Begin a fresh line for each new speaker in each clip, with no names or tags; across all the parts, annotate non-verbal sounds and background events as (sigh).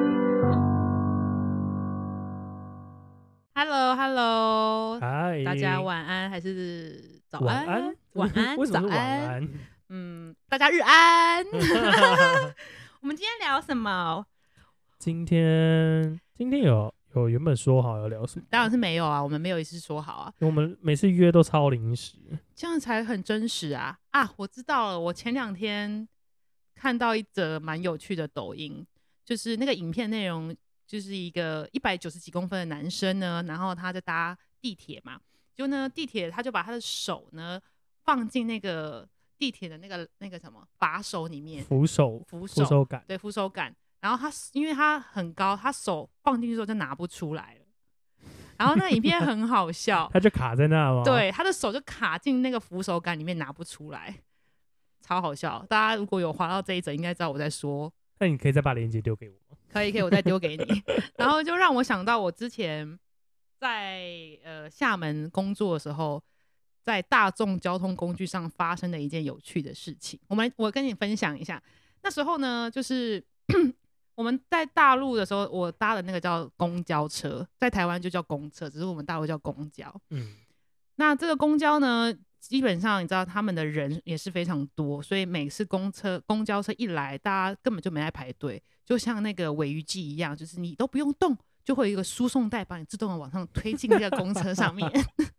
(laughs) 是早
晚
安 (laughs)
安，嗯
晚安，
(laughs) 为什么
早
是晚
安，
安？
嗯，大家日
(laughs)
安。 (laughs) 我们今天聊什么？
今天今天有有原本说好要聊什么，
当然是没有啊，我们没有一次说好啊，
因为我们每次约都超临时，
这样才很真实啊啊！我知道了，我前两天看到一则蛮有趣的抖音，就是那个影片内容就是一个一百九十几公分的男生呢，然后他在搭地铁嘛，就呢地铁他就把他的手呢放进那个地铁的那个那个什么把手里面，
扶手
扶
扶
手
手感，
对扶手杆，然后他因为他很高，他手放进去之后就拿不出来了。然后那个影片很好
(laughs)
笑，
它就卡在那吗？，
对，他的手就卡进那个扶手杆里面拿不出来，超好笑。大家如果有滑到这一则，应该知道我在说，
那你可以再把链接丢给我吗？
可以可以，我再丢给你。然后就让我想到我之前在呃厦门工作的时候，在大众交通工具上发生的一件有趣的事情。我们我跟你分享一下，那时候呢，就是 (coughs) 我们在大陆的时候，我搭的那个叫公交车，在台湾就叫公车，只是我们大陆叫公交。
嗯，
那这个公交呢，基本上你知道他们的人也是非常多，所以每次公车、公交车一来，大家根本就没在排队，就像那个尾鱼季一样，就是你都不用动，就会有一个输送带把你自动的往上推进这个公车上
(laughs)
面。 (laughs)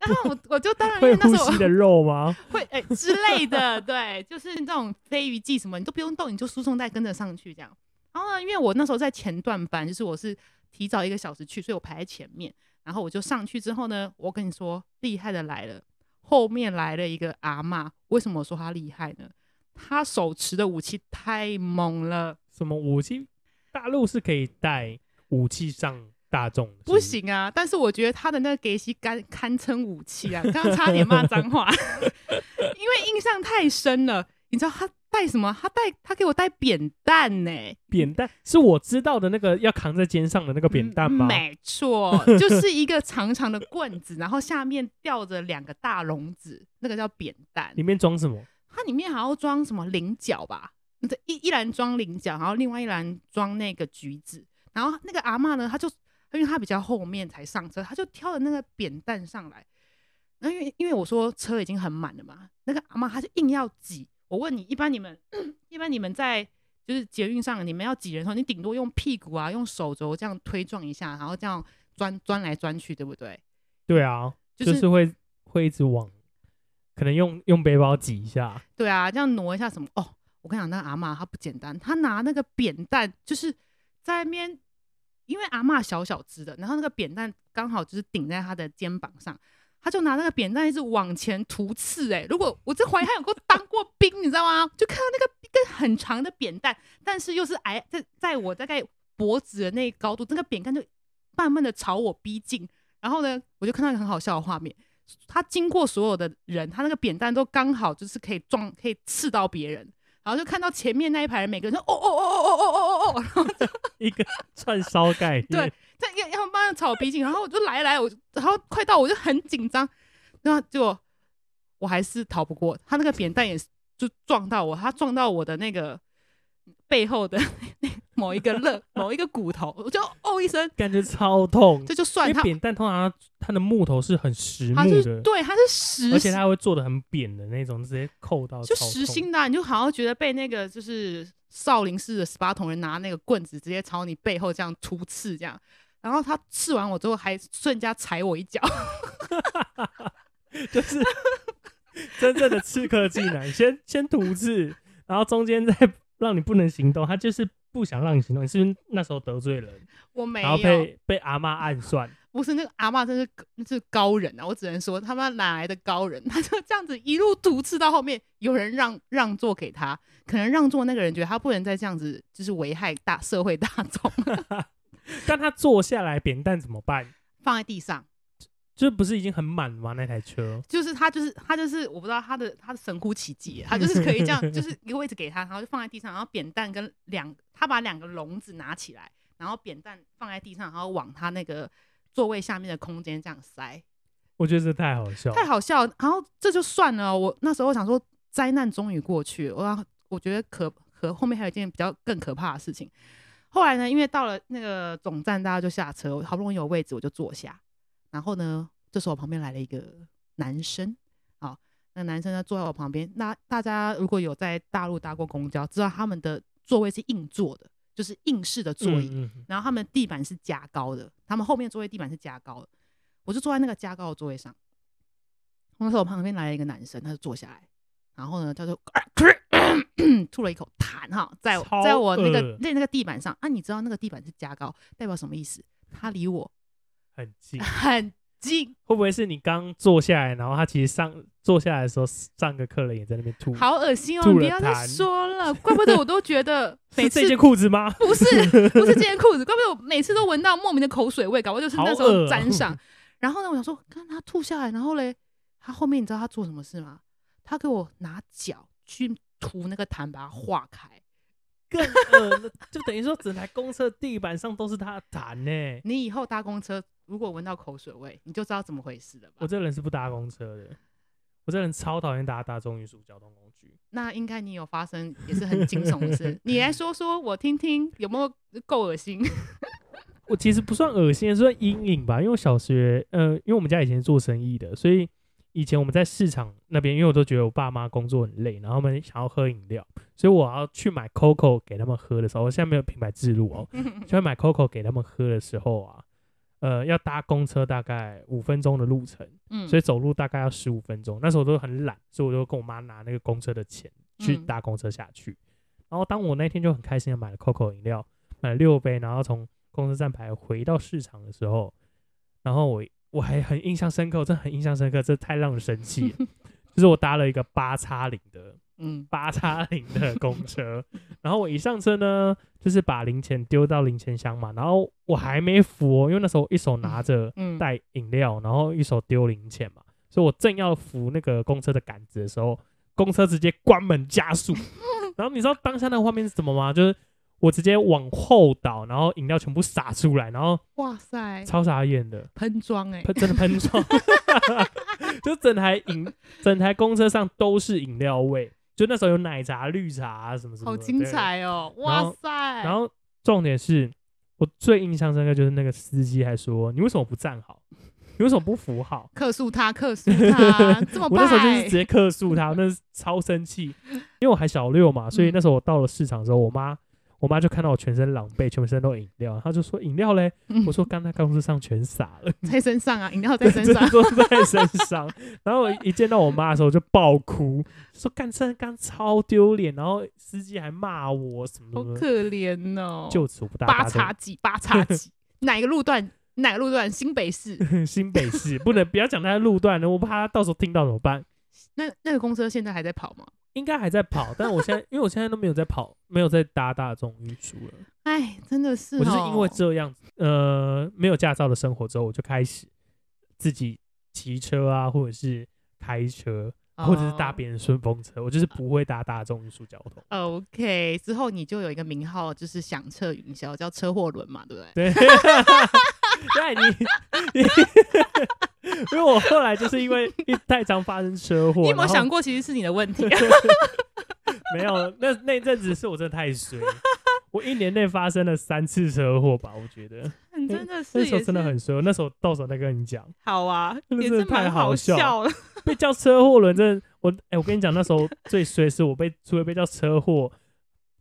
然后我我就当然因
会
为那
呼
时候
吸的肉吗？ (laughs)
会哎、之类的，对，就是这种飞鱼记什么，你都不用动，你就输送带跟着上去这样。然后呢，因为我那时候在前段班，就是我是提早一个小时去，所以我排在前面。然后我就上去之后呢，我跟你说，厉害的来了，后面来了一个阿嬷。为什么我说她厉害呢？她手持的武器太猛了，
什么武器？大陆是可以带武器上大众的，
不
是
行啊！但是我觉得他的那个给息堪堪称武器啊，刚刚差点骂脏话， (laughs) 因为印象太深了。你知道他带什么？他带他给我带扁担呢、
不是扁担，是我知道的那个要扛在肩上的那个扁担吗？
嗯没错，就是一个长长的棍子，然后下面吊着两个大笼子，那个叫扁担。
里面装什么？
它里面好像装什么菱角吧？这一一篮装菱角，然后另外一篮装那个橘子。然后那个阿嬷呢，她就因为她比较后面才上车，她就挑着那个扁担上来。那因为因为我说车已经很满了嘛，那个阿嬷她就硬要挤。我问你，一般你们 (clears throat) 一般你们在就是捷运上，你们要挤人的时候，你顶多用屁股啊，用手肘这样推撞一下，然后这样钻钻来钻去，对不对？
对啊，
就是
就是会会一直往，可能用用背包挤一下，
对啊，这样挪一下什么？哦，我跟你讲，那个阿嬷她不简单，她拿那个扁担，就是在那边，因为阿嬷小小只的，然后那个扁担刚好就是顶在她的肩膀上，她就拿那个扁担一直往前突刺、欸。哎，如果我这怀疑她有过当过兵，你知道吗？就看到那个一根很长的扁担，但是又是矮，在在我大概脖子的那个高度，那个扁担就慢慢的朝我逼近。然后呢，我就看到一个很好笑的画面，他经过所有的人，他那个扁担都刚好就是可以撞，可以刺到别人。然后就看到前面那一排人，每个人说哦哦哦哦哦哦哦哦，然后就
一
(laughs)
个串烧概念。
对，在要要慢慢朝我逼近，然后我就来来，我就然后快到我就很紧张，然后就我还是逃不过他那个扁担，也是就撞到我，他撞到我的那个背后的 (laughs) 某一个肋某一个骨头，我就哦一声，
感觉超痛。
这就
因
算
为
他
扁担通常它它的木头是很实
他
木
是
的，
对他是实
而且它会做的很扁的那种，直接扣到
就
超
实
痛
心的啊、你就好像觉得被那个就是少林寺的十八铜人拿那个棍子直接朝你背后这样突刺这样，然后他刺完我之后还瞬间踩我一脚， (laughs)
就是真正的刺客技能，先先吐刺，然后中间再让你不能行动，他就是不想让你行动。你是不是那时候得罪人，
我没
然后
有，
被被阿妈暗算？
不是那个阿嬷真是是高人啊，我只能说他妈哪来的高人， (laughs) 他就这样子一路突刺到后面，有人让让座给他，可能让座那个人觉得他不能再这样子就是危害大社会大众， (laughs)
但他坐下来扁担怎么办？
放在地上。
这不是已经很满了吗？那台车
就是他，就是他，就是我不知道他的他的神乎其技，他就是可以这样，就是一个位置给他，然后就放在地上，然后扁担跟两，他把两个笼子拿起来，然后扁担放在地上，然后往他那个座位下面的空间这样塞，
我觉得这太好笑了，
太好笑了。然后这就算了哦，我那时候想说灾难终于过去了，我要我觉得可可后面还有一件比较更可怕的事情。后来呢，因为到了那个总站，大家就下车，我好不容易有位置，我就坐下。然后呢，这时候我旁边来了一个男生。好，那男生呢坐在我旁边。那大家如果有在大陆搭过公交，知道他们的座位是硬座的，就是硬式的座椅。
嗯嗯
然后他们地板是加高的，他们后面座位地板是加高的，我就坐在那个加高的座位上。那时候我旁边来了一个男生，他就坐下来，然后呢，他就 (coughs) 吐了一口痰哈，在我
超
在我那个
恶
那那个地板上啊，你知道那个地板是加高，代表什么意思？他离我
很近，
很近，
会不会是你刚坐下来，然后他其实上坐下来的时候上个客人也在那边吐？
好恶心哦！
吐
你
了
不要再
痰
说了，怪不得我都觉得每
(laughs) 是
次
这件裤子吗？
不是不是这件裤子，怪不得我每次都闻到莫名的口水味，搞不好就是那时
好恶
候
啊
沾上。然后呢，我想说，看他吐下来，然后嘞，他后面你知道他做什么事吗？他给我拿脚去涂那个痰，把它化开。
更恶，那就等于说整台公厕地板上都是他的痰呢、
你以后搭公车，如果闻到口水味，你就知道怎么回事了
(laughs)
吧？
我这个人是不搭公车的，我这个人超讨厌搭大众运输交通工具。
那应该你有发生也是很惊悚的事，
(laughs)
你来说说我听听，有没有够恶心？
我其实不算恶心，算阴影吧。因为我小学，呃，因为我们家以前是做生意的，所以以前我们在市场那边，因为我都觉得我爸妈工作很累，然后他们想要喝饮料，所以我要去买 COCO 给他们喝的时候，我现在没有品牌记录哦，就要买 COCO 给他们喝的时候啊，呃，要搭公车大概五分钟的路程，
嗯，
(laughs) 所以走路大概要十五分钟。那时候我都很懒，所以我就跟我妈拿那个公车的钱去
嗯
搭公车下去。然后当我那天就很开心的买了 COCO 饮料，买了六杯，然后从公车站牌回到市场的时候，然后我我还很印象深刻，我真的很印象深刻，这太让人生气了。就是我搭了一个八叉零的
嗯，
八叉零的公车，然后我一上车呢，就是把零钱丢到零钱箱嘛，然后我还没扶、哦，因为那时候我一手拿着
嗯
带饮料，然后一手丢零钱嘛，所以我正要扶那个公车的杆子的时候，公车直接关门
(laughs)
加速，然后你知道当下那个画面是什么吗？就是我直接往后倒，然后饮料全部洒出来，然后
哇塞，
超傻眼的，
喷妆哎，
喷真的喷撞， (laughs) 就整台饮整台公车上都是饮料味，就那时候有奶茶、绿茶、啊、什么什么，
好精！彩哦，
然
哇
后
塞，
然后重点是我最印象深刻就是那个司机还说：“你为什么不站好？你为什么不扶好？”
克诉他，克诉
(laughs)
他，这么
我
败。
那时候就是直接客诉他，那是超生气，因为我还小六嘛，
嗯
所以那时候我到了市场的时候，我妈我妈就看到我全身狼狈，全身都饮料，她就说饮料嘞，
嗯
我说刚才公车上全洒了，
在身上啊，饮料在身上，
都在身上。然后我一见到我妈的时候就爆哭，说干这干超丢脸，然后司机还骂 (laughs) 我什么
好
什么的，
可怜哦。
就此我不搭
八
八
叉戟，八叉戟， (laughs) 哪个路段？哪个路段？新北市。 (laughs)
新北市，不能不要讲他的路段了，我怕他到时候听到怎么办？
那那个公车现在还在跑吗？
应该还在跑，但我现在因为我现在都没有在跑，没有在搭大众运输了。
哎，真的是、哦。
我就是因为这样子，呃，没有驾照的生活之后，我就开始自己骑车啊，或者是开车，
哦
或者是搭别人顺风车，我就是
啊
不会搭大众运输交
(laughs)
通。
哦 OK，之后你就有一个名号，就是响彻云霄，叫车祸轮嘛，对不对？
对， (laughs) 对你，你因为我后来就是因为一太常发生车祸，
你有没
然
有
后
想过，其实是你的问
(laughs)
题？ (laughs)
没有，那那一阵子是我真的太衰，我一年内发生了三次车祸吧，我觉得。
你真的是
那
也
时候
是
真的很衰，我那时候到时候再跟你讲，
好啊，
真的
也
真的
是蛮
太好笑
笑的。
被叫车祸轮真的，我哎、我跟你讲，那时候最衰是我被除了被叫车祸、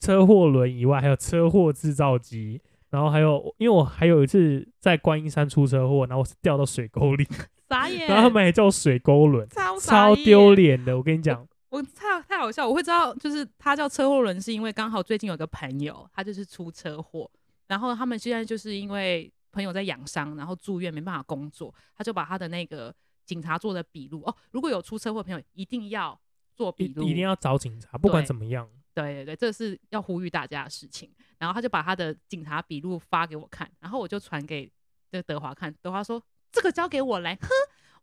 车祸轮以外，还有车祸制造机，然后还有因为我还有一次在观音山出车祸，然后我是掉到水沟
(laughs)
里，
傻眼。
然后他们也叫水沟轮，
超傻
超丢
眼
脸的，我跟你讲，
我太太好笑，我会知道，就是他叫车祸人，是因为刚好最近有个朋友，他就是出车祸，然后他们现在就是因为朋友在养伤，然后住院没办法工作，他就把他的那个警察做的笔录哦，如果有出车祸的朋友，一定要做
一
笔录，
一定要找警察，不管
对
怎么样，
对对对，这是要呼吁大家的事情。然后他就把他的警察笔录发给我看，然后我就传给这德华看，德华说这个交给我来，哼，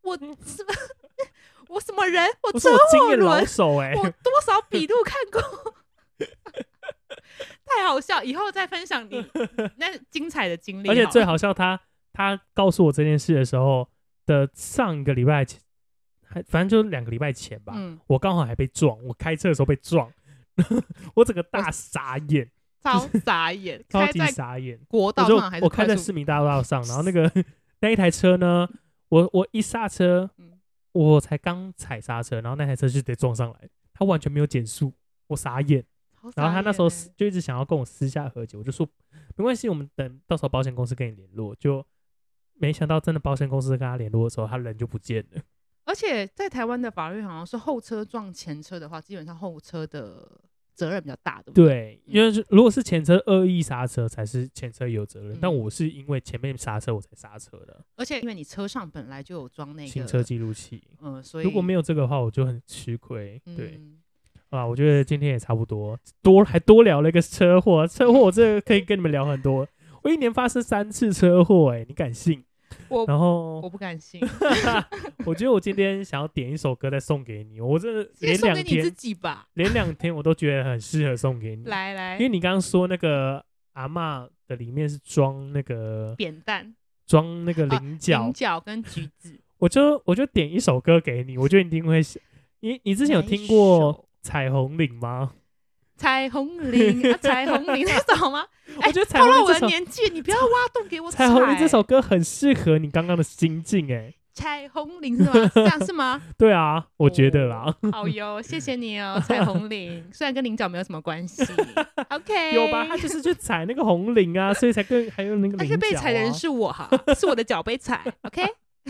我什么 (laughs) 我什么人，我
我
车
说我经
祸
验老
人。
手
(laughs)
哎、
我多少笔录看过，太好笑！以后再分享
(laughs)
你那精彩的经历好
而
了。
且最好笑他，他告诉我这件事的时候的上一个礼拜前，还反正就是两个礼拜前吧，
嗯，
我刚好还被撞，我开车的时候被撞， (laughs) 我整个大傻眼，
超傻眼，
超
开
级
在
傻眼。
国
我
道
就
上还是
我开
快
在
速 (laughs)
市民大道上，然后那个那一台车呢，我我一刹车
嗯，
我才刚踩刹车，然后那台车就直接撞上来，他完全没有减速，我傻眼。
好
然后他
傻
那
眼
时候
欸
私就一直想要跟我私下和解，我就说没关系，我们等到时候保险公司跟你联络。就没想到真的保险公司跟他联络的时候，他人就不见了。
而且在台湾的法律好像是后车撞前车的话，基本上后车的责任比较大，对不对？
对，
嗯
因为是如果是前车恶意刹车，才是前车有责任，但
嗯
我是因为前面刹车我才刹车的，
而且因为你车上本来就有装那个
行车，记录器。
嗯、所以
如果没
有，
有这个的话，我就很吃亏。对，
嗯
好啦，我觉得今天也差不多，多还多聊了一个车祸，车祸我这可以跟你们聊很多。我一年发生三次车祸，哎，你敢信？
我
然后
我不敢信，
我觉得我今天想要点一首歌再送给你，我真的
直接
(laughs) 连
送给
两
你自
天，嗯
己吧。
连两天我都觉得很适合送给你。
来来
因，为你刚刚说那个阿嬷的里面是装那个
扁担、
装那个
啊
菱角，
菱角跟橘子，
我就我就点一首歌给你，我就一定会喜。你你之前有
哪一
听过《
首
彩虹岭》吗？
彩虹铃
(laughs)
啊，彩虹铃那首吗？哎
我觉得《 (laughs) 彩
透
虹岭
露》我
这
的
首《
年纪，你不要挖洞给我踩。
彩虹岭》这首歌很适合你刚刚的心境、哎，
彩虹铃是吗？这样是
(laughs)
吗？
对啊，我觉得啦。
哦。好哟，谢谢你哦，彩虹
(laughs)
铃。虽然跟菱角没有什么关系，OK，
有吧？他就是去踩那个红菱
(laughs)
啊，所以才更还有那个
但是
菱角、
哎
啊。
被踩的人是我哈，
啊
是我的脚被踩。OK，
(laughs)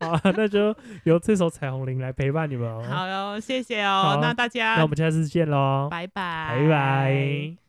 好啊，那就由这首《彩虹铃》来陪伴你们哦。
好哟，谢谢
好
哦，那大家
那我们下次见喽，
拜拜，
拜拜。